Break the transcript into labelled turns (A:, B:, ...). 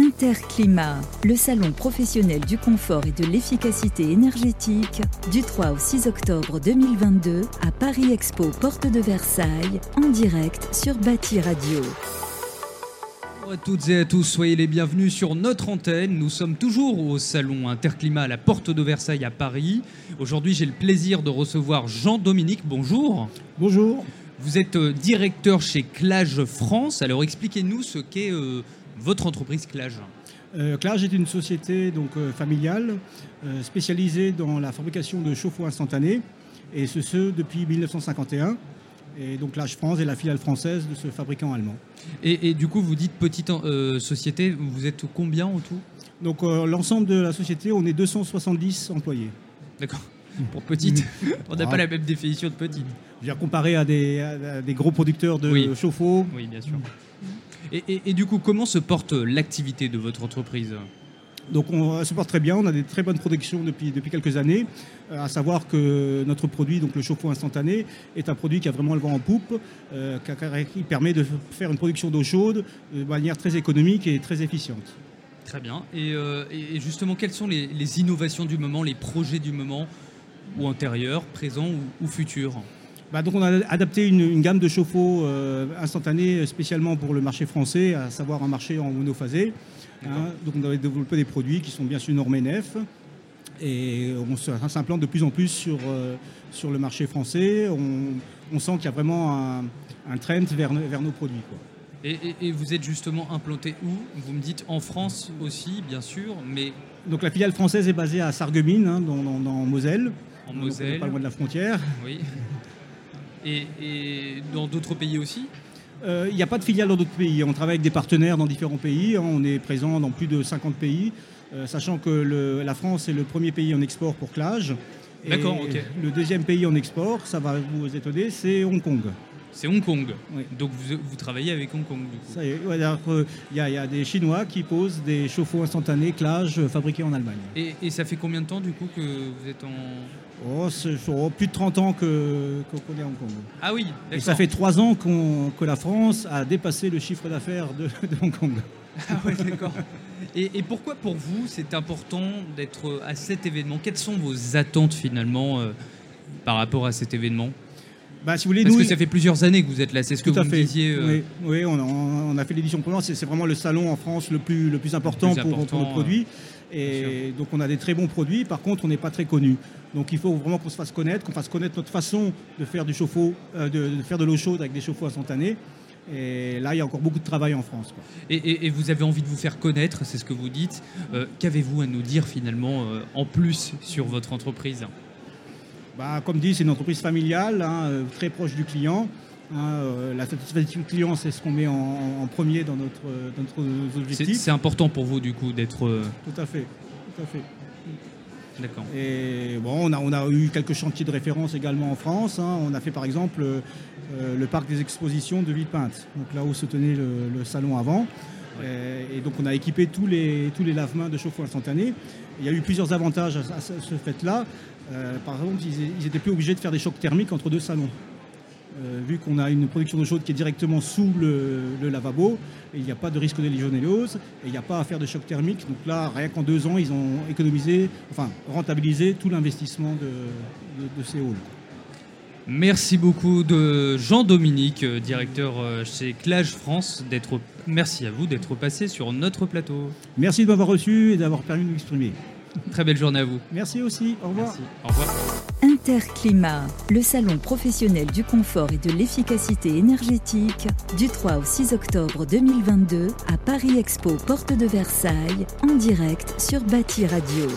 A: Interclimat, le salon professionnel du confort et de l'efficacité énergétique, du 3 au 6 octobre 2022 à Paris Expo, porte de Versailles, en direct sur Bâti Radio.
B: Bonjour à toutes et à tous, soyez les bienvenus sur notre antenne. Nous sommes toujours au salon Interclimat à la porte de Versailles à Paris. Aujourd'hui, j'ai le plaisir de recevoir Jean-Dominique. Bonjour.
C: Bonjour.
B: Vous êtes euh, directeur chez Clage France. Alors expliquez-nous ce qu'est euh, votre entreprise Clage.
C: Euh, Clarge est une société donc, euh, familiale euh, spécialisée dans la fabrication de chauffe-eau instantanée, et ce, ce depuis 1951. Et donc Clarge France est la filiale française de ce fabricant allemand.
B: Et, et du coup, vous dites petite euh, société, vous êtes combien en tout
C: Donc euh, l'ensemble de la société, on est 270 employés.
B: D'accord. Pour petite, on n'a
C: Ah.
B: pas la même définition de petite.
C: Je veux dire, comparé à des, à des gros producteurs de
B: Oui.
C: chauffe-eau,
B: Oui, bien sûr. Et, et- et du coup, comment se porte euh, l'activité de votre entreprise
C: Donc on elle se porte très bien, on a des très bonnes productions depuis, depuis quelques années, Euh, à savoir que notre produit, donc le chauffe-eau instantané, est un produit qui a vraiment le vent en poupe, euh, qui a- qui permet de faire une production d'eau chaude euh, de manière très économique et très efficiente.
B: Très bien. Et, euh, et- et justement, quelles sont les, les innovations du moment, les projets du moment, ou antérieurs, présents ou, ou futurs
C: Bah, donc on a adapté une, une gamme de chauffe-eau euh, instantanée spécialement pour le marché français, à savoir un marché en monophasé. hein. donc on a développé des produits qui sont bien sûr normés NEF. Et on se- on s'implante de plus en plus sur, euh, sur le marché français. On, on sent qu'il y a vraiment un, un trend vers, nos- vers nos produits. quoi.
B: et, et- et vous êtes justement implanté où Vous me dites en France aussi, bien sûr, mais
C: Donc la filiale française est basée à Sarreguemines, hein, dans, dans- dans Moselle.
B: en
C: Donc, on est
B: Moselle.
C: Pas loin de la frontière.
B: Oui. Et, et dans d'autres pays aussi
C: Euh, Il n'y a pas de filiale dans d'autres pays. On travaille avec des partenaires dans différents pays. hein. On est présent dans plus de 50 pays, euh, sachant que le- la France est le premier pays en export pour Clage. Et
B: D'accord, ok.
C: Le deuxième pays en export, ça va vous étonner, c'est Hong Kong.
B: C'est Hong Kong.
C: Oui.
B: Donc vous, vous travaillez avec Hong Kong du coup.
C: Ça y est, ouais, alors, euh, Il y, a- il y a des Chinois qui posent des chauffe-eau instantanés Clage euh, fabriqués en Allemagne.
B: Et, et ça fait combien de temps du coup que vous êtes en.
C: Oh, c'est- oh, plus de 30 ans que- qu'on est à Hong Kong.
B: Ah oui,
C: Et
B: d'accord.
C: ça fait 3 ans qu'on- que la France a dépassé le chiffre d'affaires de- de Hong Kong.
B: Ah ouais, d'accord. Et, et pourquoi pour vous c'est important d'être euh, à cet événement Quelles sont vos attentes finalement euh, par rapport à cet événement
C: Bah, si vous voulez,
B: Parce
C: nous,
B: que ça fait plusieurs années que vous êtes là, c'est ce que
C: Tout
B: vous
C: à
B: me
C: fait.
B: disiez. euh,
C: Oui, oui, on, a, on a fait l'édition première. C'est c'est vraiment le salon en France le plus, le plus important,
B: plus
C: pour- pour,
B: important,
C: nos produits.
B: bien
C: Et donc on a des très bons produits. Par contre, on n'est pas très connus. Donc il faut vraiment qu'on se fasse connaître, qu'on fasse connaître notre façon de faire du chauffe-eau, euh, de, de faire de l'eau chaude avec des chauffe-eau instantanés. Et là, il y a encore beaucoup de travail en France. quoi.
B: Et, et- et vous avez envie de vous faire connaître, c'est ce que vous dites. Euh, Qu'avez-vous à nous dire finalement euh, en plus sur votre entreprise
C: Bah, comme dit, c'est une entreprise familiale, hein, euh, très proche du client. Hein, euh, la satisfaction client, c'est ce qu'on met en, en premier dans notre, euh, dans notre
B: C'est
C: objectif.
B: c'est important pour vous du coup d'être. euh,
C: Tout à fait. Tout à fait.
B: D'accord.
C: Et bon, on a, on a eu quelques chantiers de référence également en France. hein. On a fait par exemple euh, euh, le parc des expositions de Villepinte, donc là où se tenait le, le salon avant. Euh, Et donc on a équipé tous les, tous les lave-mains de chauffe-eau instantané. Il y a eu plusieurs avantages à, à ce, ce fait-là. Euh, par exemple, ils n'étaient plus obligés de faire des chocs thermiques entre deux salons. Euh, vu qu'on a une production d'eau chaude qui est directement sous le, le lavabo, et il n'y a pas de risque de légionellose, et il n'y a pas à faire de choc thermique. Donc là, rien qu'en deux ans, ils ont économisé, enfin rentabilisé tout l'investissement de, de, de ces halls.
B: Merci beaucoup de Jean-Dominique, euh, directeur euh, chez Clage France, d'être. Merci à vous d'être passé sur notre plateau.
C: Merci de m'avoir reçu et d'avoir permis de m'exprimer.
B: Très belle journée à vous.
C: Merci aussi, au revoir.
B: Merci. Au revoir.
A: Interclimat, le salon professionnel du confort et de l'efficacité énergétique, du 3 au 6 octobre 2022 à Paris Expo, porte de Versailles, en direct sur Bâti Radio.